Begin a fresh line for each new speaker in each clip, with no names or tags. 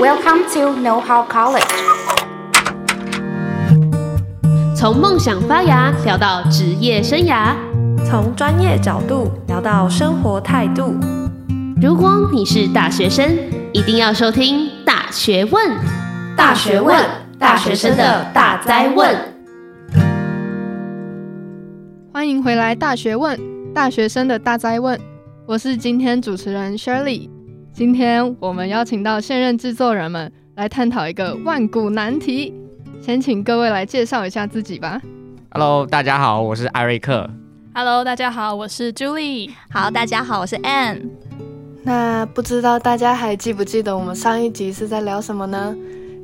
Welcome to Know How College。
从梦想发芽聊到职业生涯，
从专业角度聊到生活态度。
如果你是大学生，一定要收听《大学问》。
大学问大学生的大灾问。
欢迎回来，《大学问》大学生的大灾问，我是今天主持人 Shirley。今天我们邀请到现任制作人们来探讨一个万古难题，先请各位来介绍一下自己吧。
Hello，大家好，我是艾瑞克。
Hello，大家好，我是 Julie。
好，大家好，我是 Ann。
那不知道大家还记不记得我们上一集是在聊什么呢？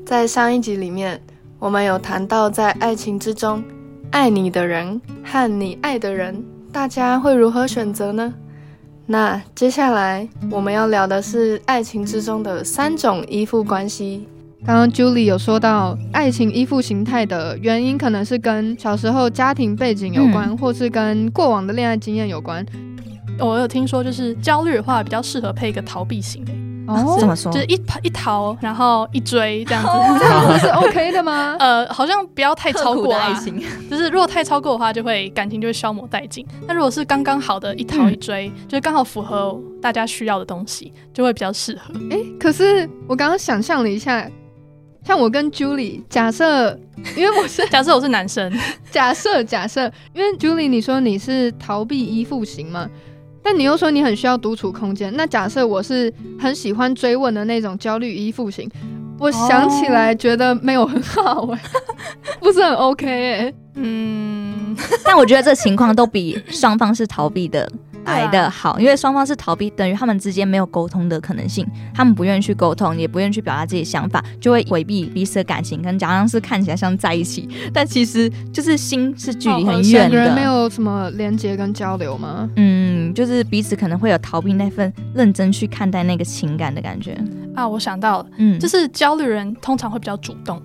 在上一集里面，我们有谈到在爱情之中，爱你的人和你爱的人，大家会如何选择呢？那接下来我们要聊的是爱情之中的三种依附关系。
刚刚 Julie 有说到，爱情依附形态的原因可能是跟小时候家庭背景有关，
嗯
或是跟过往的恋爱经验有关。
我有听说，就是焦虑的话，比较适合配一个逃避型的，
哦怎么说
就是一跑一逃，然后一追这样子。
这样子是 OK 的吗？
呃，好像不要太
刻
超
苦
过
的
啊
爱，情，
就是如果太超过的话，就会感情就会消磨殆尽。那如果是刚刚好的一逃一追，就是刚好符合大家需要的东西，就会比较适合。
诶，可是我刚刚想象了一下，像我跟 Julie，假设， 因为我是
假设我是男生，
假设假设，因为 Julie 你说你是逃避依附型嘛，但你又说你很需要独处空间。那假设我是很喜欢追问的那种焦虑依附型，我想起来觉得没有很 好哎、不是很 OK 哎、
嗯，
但我觉得这情况都比双方是逃避的
对啊
来的好，因为双方是逃避，等于他们之间没有沟通的可能性，他们不愿意去沟通，也不愿意去表达自己的想法，就会回避彼此的感情，跟假装是看起来像在一起，但其实就是心是距离
两
很远
个哦人没
的。
有什么连接跟交流吗？
嗯，就是彼此可能会有逃避那份认真去看待那个情感的感觉。
啊，我想到了。
嗯，
就是焦虑人通常会比较主动，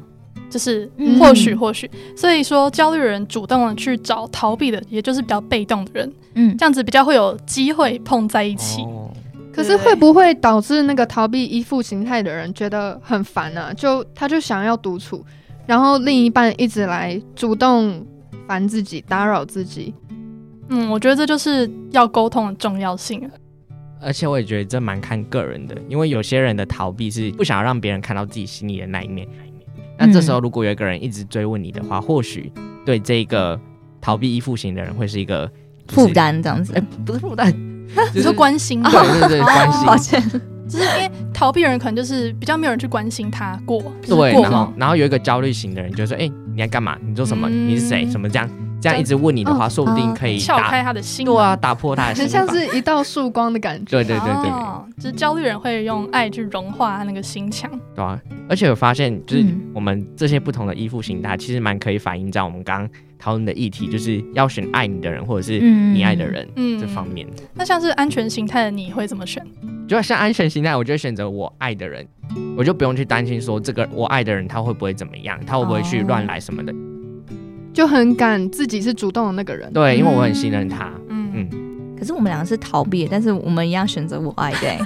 就是
嗯
或许或许，所以说焦虑人主动的去找逃避的，也就是比较被动的人，
嗯，
这样子比较会有机会碰在一起。
哦
可是会不会导致那个逃避依附形态的人觉得很烦呢、就他就想要独处，然后另一半一直来主动烦自己、打扰自己。
嗯，我觉得这就是要沟通的重要性了。
而且我也觉得这蛮看个人的，因为有些人的逃避是不想让别人看到自己心里的那一面。
嗯
那这时候，如果有一个人一直追问你的话，或许对这个逃避依附型的人会是一个
负，担这样子
就是。哎、不是负担，就
你
是
说关心吗
对？对对，关心
哦
抱。歉，
就是因为逃避的人可能就是比较没有人去关心他过，就是
对，
过
然后
往。
然后有一个焦虑型的人就说：“哎、你在干嘛？你做什么？
嗯哦
你是谁？什么这样？这样一直问你的话，说不定可以
撬
打
开他的心门，
对啊，打破他的
很
心
像
防。
是一道曙光的感觉。
对对对对，
哦，就是焦虑人会用爱去融化他那个心墙。
对啊，而且我发现，就是
嗯
我们这些不同的依附形态，其实蛮可以反映在我们刚刚讨论的议题，就是要选爱你的人，或者是
嗯
你爱的人、
嗯，
这方。面。
那像是安全形态的你会怎么选？
就像安全形态，我就会选择我爱的人，我就不用去担心说这个我爱的人他会不会怎么样，他会不会去
哦
乱来什么的。
就很敢自己是主动的那个人。
对，因为我很信任他。
嗯
嗯，
可是我们两个是逃避，但是我们一样选择我爱的、欸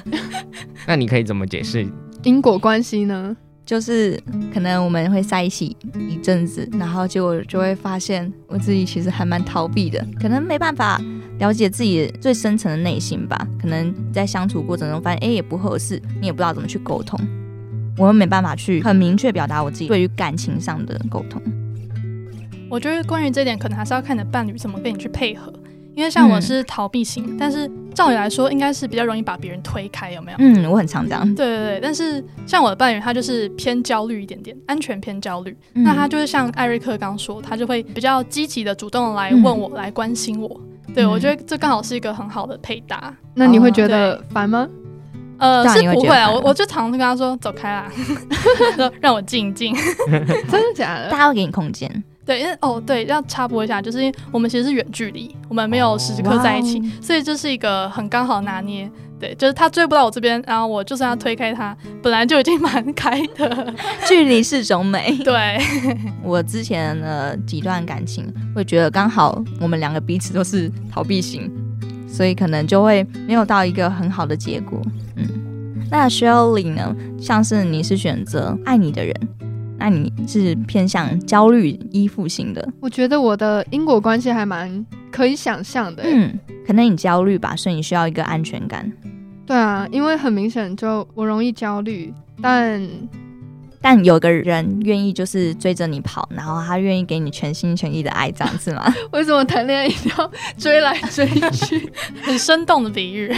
那你可以怎么解释？
因果关系呢？
就是可能我们会在一起一阵子，然后结果就会发现我自己其实还蛮逃避的，可能没办法了解自己最深层的内心吧。可能在相处过程中发现，哎、也不合适，你也不知道怎么去沟通，我又没办法去很明确表达我自己对于感情上的沟通。
我觉得关于这点，可能还是要看你的伴侣怎么跟你去配合。因为像我
嗯
是逃避型，但是照理来说，应该是比较容易把别人推开，有没有？
嗯，我很常这样。
对对对。但是像我的伴侣，他就是偏焦虑一点点，安全偏焦虑。
嗯
那他就是像艾瑞克刚说，他就会比较积极的主动来问我，来关心我。对，
嗯
我觉得这刚好是一个很好的配搭。
那你会觉得烦吗？
呃，
对啊
是
你会
不
觉
会
得
啊，
烦
我
吗
我就常常跟他说走开啦， 就让我静一静。
真的假的
嗯大？家会给你空间，
对，因为哦，对，要插播一下，就是因为我们其实是远距离，我们没有时时刻在一起，
哇哦
所以这是一个很刚好拿捏。对，就是他追不到我这边，然后我就算要推开他，本来就已经蛮开的。
距离是种美。
对，
我之前的几段感情，会觉得刚好我们两个彼此都是逃避型，所以可能就会没有到一个很好的结果。嗯，那 Shirley 呢，像是你是选择爱你的人，那你是偏向焦虑依附型的，
我觉得我的因果关系还蛮可以想象的、嗯，
嗯，可能你焦虑吧，所以你需要一个安全感，
对啊，因为很明显就我容易焦虑，但
但有个人愿意就是追着你跑，然后他愿意给你全心全意的爱，这样子吗？
为什么谈恋爱一定要追来追去？
很生动的比喻。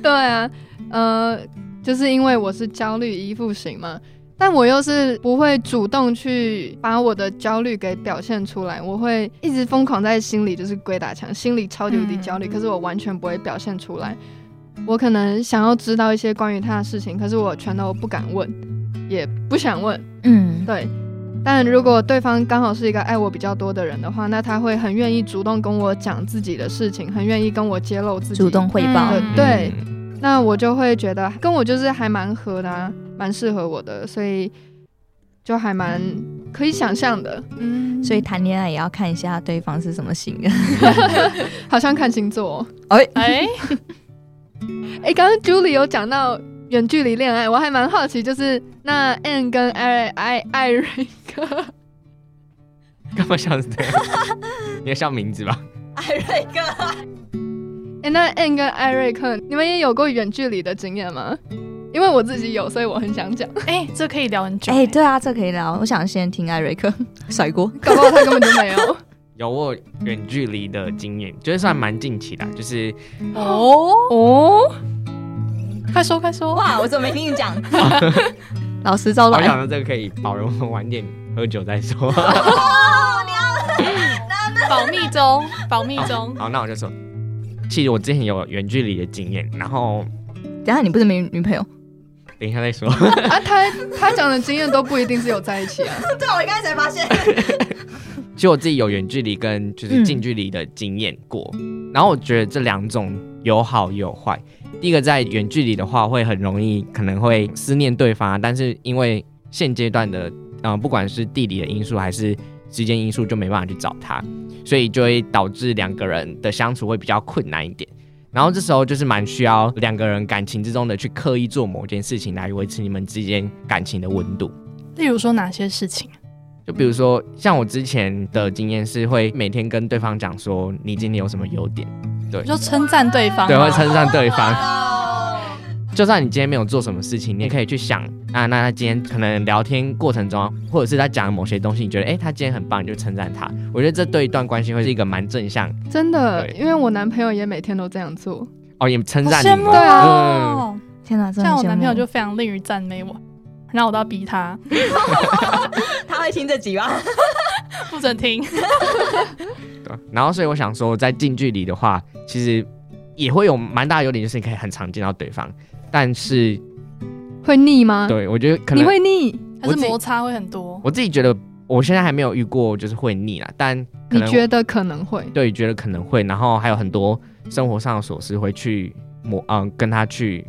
对啊，呃，就是因为我是焦虑依附型嘛，但我又是不会主动去把我的焦虑给表现出来，我会一直疯狂在心里就是鬼打墙，心里超级无敌焦
嗯
虑，可是我完全不会表现出来。我可能想要知道一些关于他的事情，可是我全都不敢问，也不想问。
嗯，
对，但如果对方刚好是一个爱我比较多的人的话，那他会很愿意主动跟我讲自己的事情，很愿意跟我揭露自己。
主动汇报，
的
嗯
对，那我就会觉得跟我就是还蛮合的、啊，蛮适合我的，所以就还蛮可以想象的，
嗯，
所以谈恋爱也要看一下对方是什么型的。
好像看星座、哦。
哎，
哎，刚刚 Julie 有讲到远距离恋爱，我还蛮好奇，就是那 Anne 跟艾艾艾瑞克，
干嘛笑成这样？ 你要笑名字吧？
艾瑞哥，
哎，那 Anne 跟艾瑞克，你们也有过远距离的经验吗？因为我自己有，所以我很想讲，
哎，这可以聊很久。
哎、对啊，这可以聊。我想先听艾瑞 克甩锅。
搞不好他根本就没有。
有我远距离的经验，就是算蛮近期的啊，就是
哦，
哦，
快说快说！
哇，我怎么没听你 讲？ 老实招
我想
来。
到这个可以保留，我们晚点喝酒再说。
保密 中，保密中。
好，那我就说，其实我之前有远距离的经验，然后
等一下你不是没女朋友？
等一下再 说。
啊，他他讲的经验都不一定是有在一起啊。
对，我刚才才发现。
其实我自己有远距离跟就是
嗯
近距离的经验过，然后我觉得这两种有好也有坏。第一个在远距离的话，会很容易可能会思念对方啊，但是因为现阶段的呃，不管是地理的因素还是时间因素，就没办法去找他，所以就会导致两个人的相处会比较困难一点。然后这时候就是蛮需要两个人感情之中的去刻意做某件事情来维持你们之间感情的温度。
例如说哪些事情？
就
嗯
比如说，像我之前的经验是会每天跟对方讲说你今天有什么优点，
你说称赞对方吗，
对，会称赞对方。
哦
就算你今天没有做什么事情，你也可以去想啊，那他今天可能聊天过程中，啊或者是他讲的某些东西，你觉得哎、他今天很棒，你就称赞他。我觉得这对一段关系会是一个蛮正向
真的，
对
因为我男朋友也每天都这样做。
哦，也称
好
赞你
羡
嗯
慕
们。
对啊
哦。
天哪，真的
像我
很羡
男朋友
慕
就非常吝于赞美我，然后我都要逼他
他会听这集吧？
不准听。
对然后所以我想说，在近距离的话，其实也会有蛮大的优点，就是你可以很常见到对方，但是
会腻吗？
对我觉得可能
你会腻？
还
我
是
自己
摩擦会很多，
我自己觉得，我现在还没有遇过就是会腻啦，但可
你
能
觉得可能会？
对觉得可能会，然后还有很多生活上的琐事会去磨，嗯、跟他去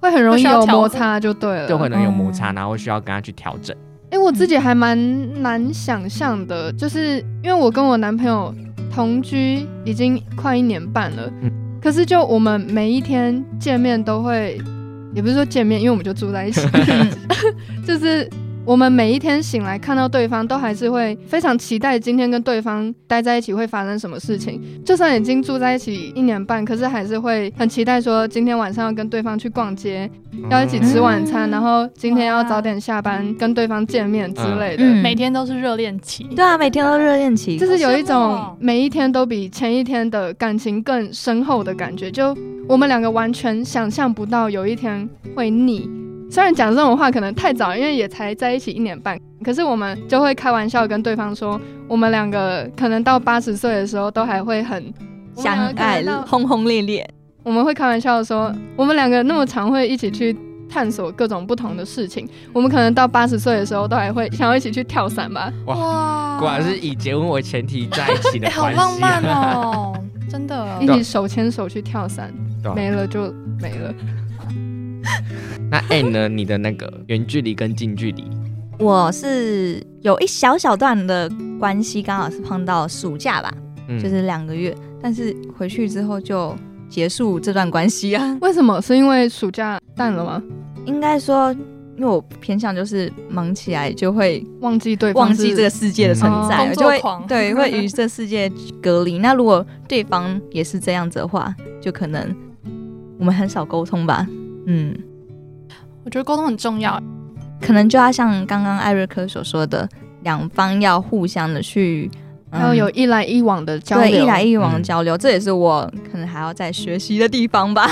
会很容易
会需要
有
调
摩
整
擦就对了。
就会能有摩擦，然后会需要跟他去调整。
哎、我自己还蛮难想象的，就是因为我跟我男朋友同居已经快一年半了，
嗯
可是就我们每一天见面都会，也不是说见面，因为我们就住在一起， 就是我们每一天醒来看到对方，都还是会非常期待今天跟对方待在一起会发生什么事情。就算已经住在一起一年半，可是还是会很期待说今天晚上要跟对方去逛街，要一起吃晚餐，然后今天要早点下班跟对方见面之类的。
嗯
呃每天都是热恋期。
对啊，每天都热恋期
就。是有一
好羡慕
种
哦
每一天都比前一天的感情更深厚的感觉，就我们两个完全想象不到有一天会腻。虽然讲这种话可能太早，因为也才在一起一年半，可是我们就会开玩笑跟对方说，我们两个可能到八十岁的时候都还会很
相爱
了。
轰轰烈烈，
我们会开玩笑说，我们两个那么常会一起去探索各种不同的事情，我们可能到八十岁的时候都还会想要一起去跳伞吧。
哇
果然是以结婚为前提在一起的
哎， 好
关系、啊
浪漫哦， 真的
嗯
一。起手牵手去跳伞，
对啊
没了就没了。
那 N 呢？你的那个远距离跟近距离，
我是有一小小段的关系，刚好是碰到暑假吧，
嗯
就是两个月，但是回去之后就结束这段关系啊。
为什么？是因为暑假淡了吗？
应该说，因为我偏向就是忙起来就会
忘记对方
忘
是，
记这个世界的存在，
嗯
我就
工
会
作狂
对会与这世界隔离。那如果对方也是这样子的话，就可能我们很少沟通吧。嗯，
我觉得沟通很重要。
可能就要像刚刚艾瑞克所说的，两方要互相的去，嗯
要有一来一往的交流，
对一来一往的
嗯
交流，这也是我可能还要再学习的地方 吧。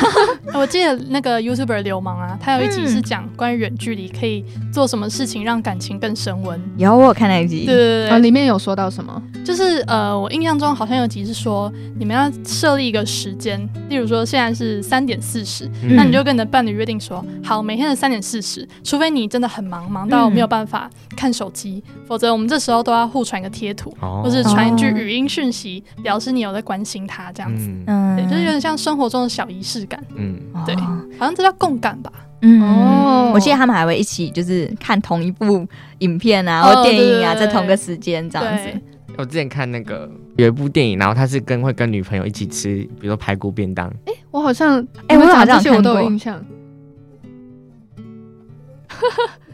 我记得那个 YouTuber 流氓啊，他有一集
嗯
是讲关于远距离可以做什么事情让感情更升温。
有啊我有看那一集，
对对
啊，
对
里面有说到什么？
对，就是呃，我印象中好像有集是说你们要设立一个时间，例如说现在是三点四十，
嗯
那你就跟你的伴侣约定说，好，每天的三点四十，除非你真的很忙，忙到没有办法看手机，否则我们这时候都要互传一个贴图，
哦
或是传一句语音讯息，表示你有在关心他这样子。
嗯
嗯
对，就是有点像生活中的小仪式感，
嗯，
哦
对好像这叫共感吧？
嗯
哦
我记得他们还会一起就是看同一部影片啊，
哦
或电影啊，
对
在
对对
同个时间这样子
对。，
我之前看那个有一部电影，然后他是跟会跟女朋友一起吃，比如说排骨便当，
我好像，
哎
你们
我好
讲这
像
些
有
我
看
都有
过
印象。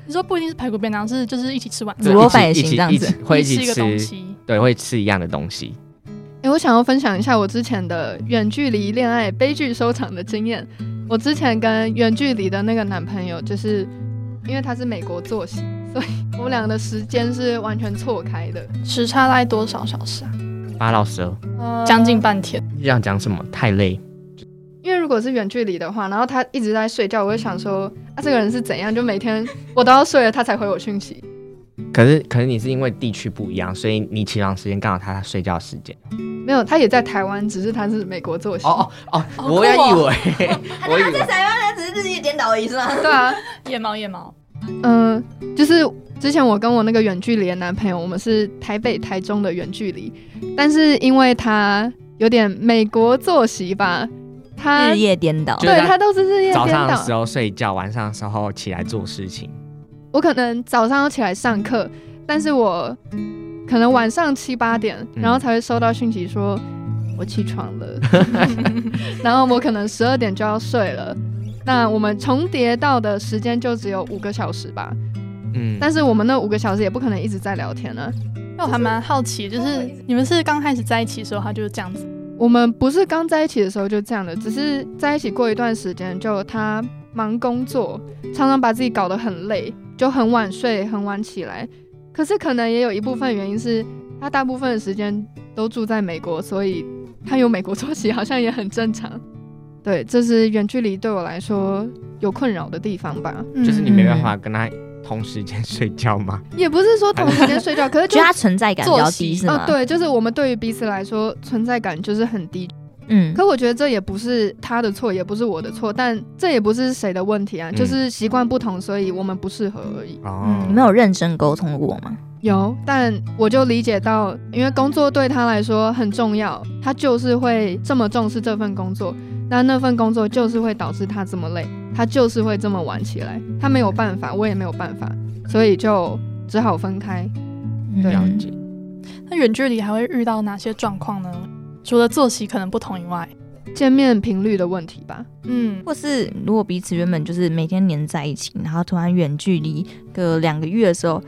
你说不一定是排骨便当，是就是一起吃晚
就
卤
餐，
肉
一起一
饭也行
起
这样
一
子
起会一起
一个东
吃，
西。
对，会吃一样的东西。
哎、我想要分享一下我之前的远距离恋爱悲剧收场的经验。我之前跟远距离的那个男朋友，就是因为他是美国作息，所以我们俩的时间是完全错开的，
时差大概多少小时啊？
八到十二，
将近半天。
要讲什么？太累。
因为如果是远距离的话，然后他一直在睡觉，我就想说，啊，这个人是怎样？就每天我都要睡了，他才回我讯息。
可是可是你是因为地区不一样，所以你起床时间刚好他睡觉时间。
没有，他也在台湾，只是他是美国作息。
哦哦哦，
酷哦
我也以为，我以为
那只是日夜颠倒而已，是吗？
对啊，
夜猫夜猫，
嗯、就是之前我跟我那个远距离的男朋友，我们是台北、台中的远距离，但是因为他有点美国作息吧，他
日夜颠倒，
就
对他都是日夜
早
颠
上的
倒
时。候睡觉，晚上的时候起来做事情。
我可能早上要起来上课，但是我可能晚上七八点，
嗯
然后才会收到讯息说我起床了， 然后我可能十二点就要睡了。那我们重叠到的时间就只有五个小时吧，
嗯，
但是我们那五个小时也不可能一直在聊天啊。
那我还蛮好奇，就是你们是刚开始在一起的时候，他就是这样子，
我们不是刚在一起的时候就这样的，只是在一起过一段时间，就他忙工作，常常把自己搞得很累，就很晚睡，很晚起来。可是可能也有一部分原因是他大部分的时间都住在美国，所以他有美国作息，好像也很正常。 对，这是远距离对我来说有困扰的地方吧。
嗯
就是你没办法跟他同时间 睡觉吗？
也不是说同时间睡 觉，可是 就
觉得他存在感比较
作息
低，是
哦
吗？，，
对，就是我们对于彼此来说存在感就是很低，
嗯，
可我觉得这也不是他的错，也不是我的错，但这也不是谁的问题啊，
嗯
就是习惯不同，所以我们不适合而已。
哦
嗯，你们有认真沟通过吗？
有，但我就理解到，因为工作对他来说很重要，他就是会这么重视这份工作，那那份工作就是会导致他这么累，他就是会这么晚起来，他没有办法，我也没有办法，所以就只好分开。对
了
嗯
解。
那远距离还会遇到哪些状况呢？除了作息可能不同以外，
见面频率的问题吧，
嗯，
或是如果彼此原本就是每天黏在一起，然后突然远距离个两个月的时候，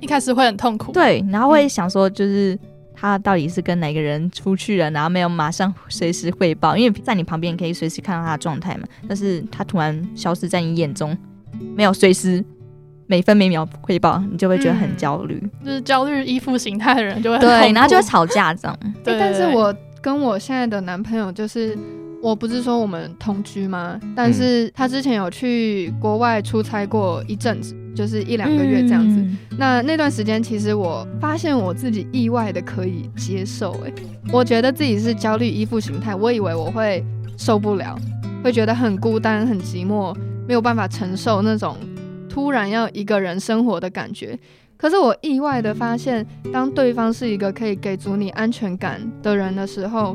一开始会很痛苦，，
对，然后会想说，就是他到底是跟哪个人出去了，然后没有马上随时汇报，因为在你旁边可以随时看到他的状态嘛。但是他突然消失在你眼中，没有随时每分每秒汇报，你就会觉得很
嗯
焦虑，
就是焦虑依附形态的人就会很痛
对，
苦
然后就会吵架这样。
对
欸但
对
是我跟我现在的男朋友就是，我不是说我们同居吗？但
嗯
是他之前有去国外出差过一阵子，就是一两个月这样子。
嗯
那那段时间，其实我发现我自己意外的可以接受、欸，我觉得自己是焦虑依附形态，我以为我会受不了，会觉得很孤单、很寂寞，没有办法承受那种突然要一个人生活的感觉。可是我意外的发现，当对方是一个可以给足你安全感的人的时候，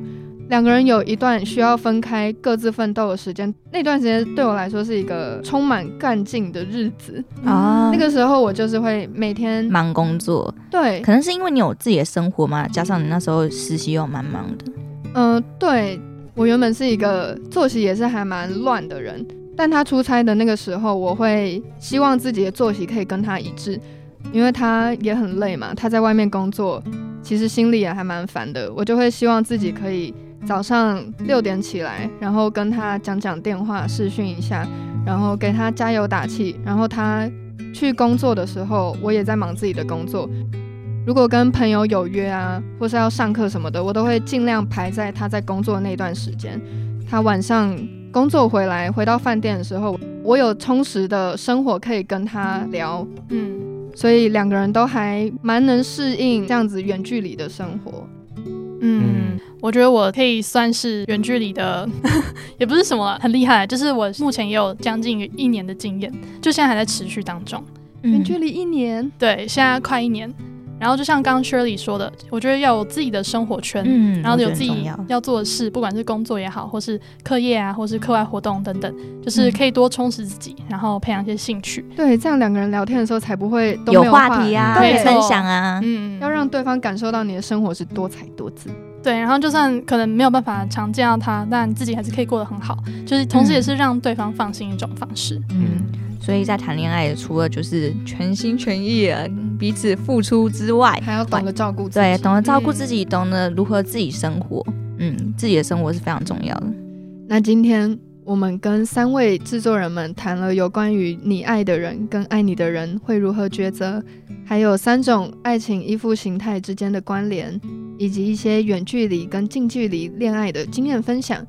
两个人有一段需要分开、各自奋斗的时间，那段时间对我来说是一个充满干劲的日子。
啊，
哦
那个时候我就是会每天
忙工作，
对，
可能是因为你有自己的生活嘛，加上你那时候实习又蛮忙的，
嗯、对，我原本是一个作息也是还蛮乱的人，但他出差的那个时候，我会希望自己的作息可以跟他一致，因为他也很累嘛，他在外面工作，其实心里也还蛮烦的，我就会希望自己可以早上六点起来，然后跟他讲讲电话，视讯一下，然后给他加油打气，然后他去工作的时候，我也在忙自己的工作。如果跟朋友有约啊，或是要上课什么的，我都会尽量排在他在工作那段时间。他晚上工作回来，回到饭店的时候，我有充实的生活可以跟他聊，
嗯，
所以两个人都还蛮能适应这样子远距离的生活。
嗯，我觉得我可以算是远距离的， 也不是什么很厉害，就是我目前也有将近一年的经验，就现在还在持续当中。
嗯
远距离一年，
对，现在快一年。然后就像刚刚 Shirley 说的，我觉得要有自己的生活圈，
嗯，
然后
我觉
有
得
自
很重
己
要
要做的事，不管是工作也好，或是课业啊，或是课外活动等等，
嗯
就是可以多充实自己，然后培养一些兴趣。
对，这样两个人聊天的时候才不会都
有
没有
话题啊，
对
可以
嗯没
分
错
享啊，
嗯，
要让对方感受到你的生活是多彩多姿。
对，然后就算可能没有办法常见到他，但自己还是可以过得很好，就是同时也是让对方放心一种方式。
嗯。所以在谈恋爱，除了就是全心全意、啊、彼此付出之外，
还要懂得照顾自己。
对，懂得照顾自己，懂得如何自己生活，嗯，自己的生活是非常重要的。
那今天我们跟三位制作人们谈了有关于你爱的人跟爱你的人会如何抉择，还有三种爱情依附形态之间的关联，以及一些远距离跟近距离恋爱的经验分享。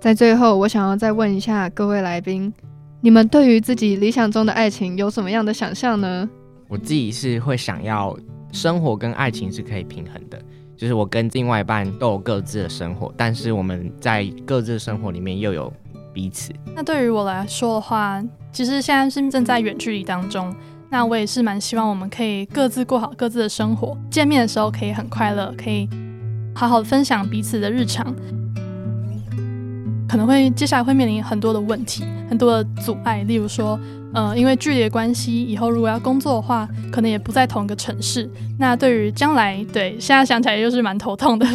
在最后，我想要再问一下各位来宾，你们对于自己理想中的爱情有什么样的想象呢？
我自己是会想要生活跟爱情是可以平衡的，就是我跟另外一半都有各自的生活，但是我们在各自的生活里面又有彼此。
那对于我来说的话，其实现在是正在远距离当中，那我也是蛮希望我们可以各自过好各自的生活，见面的时候可以很快乐，可以好好分享彼此的日常。可能会接下来会面临很多的问题，很多的阻碍，例如说，呃，因为距离的关系，以后如果要工作的话，可能也不在同一个城市。那对于将来，对现在想起来就是蛮头痛的，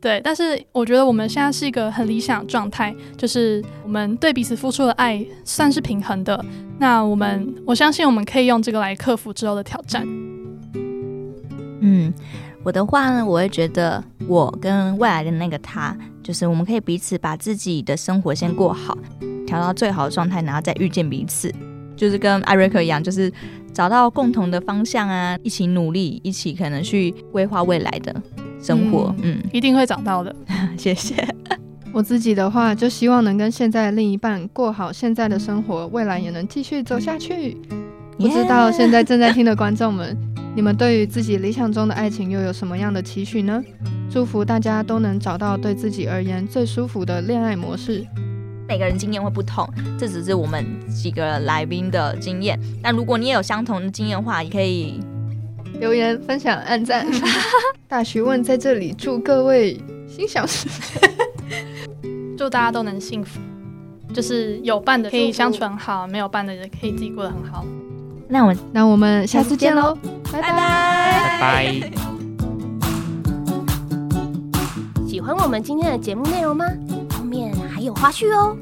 对。但是我觉得我们现在是一个很理想的状态，就是我们对彼此付出的爱算是平衡的。那我们我相信我们可以用这个来克服之后的挑战。
嗯，我的话呢，我会觉得我跟未来的那个他，就是我们可以彼此把自己的生活先过好，调到最好的状态，然后再遇见彼此，就是跟艾瑞克一样，就是找到共同的方向啊，一起努力，一起可能去规划未来的生活。嗯，
一定会找到的。
谢谢。
我自己的话，就希望能跟现在的另一半过好现在的生活，未来也能继续走下去。不知道现在正在听的观众们，你们对于自己理想中的爱情又有什么样的期许呢？祝福大家都能找到对自己而言最舒服的恋爱模式。
每个人经验会不同，这只是我们几个来宾的经验。但如果你也有相同的经验的话，也可以
留言、分享、按 赞。大徐问在这里祝各位心想事
祝大家都能幸福，就是有伴的可以相处很好，没有伴的也可以自己过得很好。
那我们
成。那我们下次见喽，拜拜。
拜拜。
喜欢我们今天的节目内容吗？后面还有花絮哦。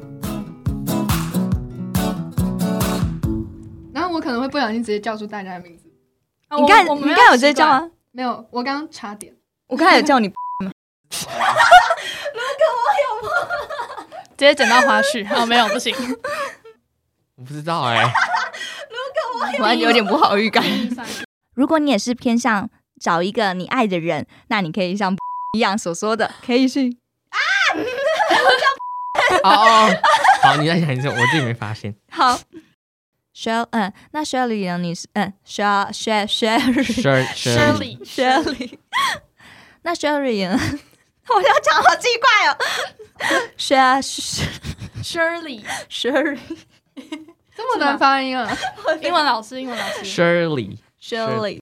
然后我可能会不小心直接叫出大家的名字，
啊
你看，
我们
你看有这叫？
我们要习
吗？
没有，我刚刚差点。
我刚才有叫你
惯直接剪到花絮？哦，没有，不 行。
我不知道哎、
我还有点不好预感。 如果你也是偏向找一个你爱的人，那你可以像 一样所说的，可以去
哦哦，好，你再讲一次，我自己没发现。
好。Shell，嗯，那 Shelly 呢？你是嗯，Shell Shell Shelly
Shirley Shirley
Shelly，那 Shelly 呢？ 我要讲好奇怪哦。Shell
Shirley，
Shell
这么难发音啊！啊
英文老师，英文老师。
Shirley
Shirley。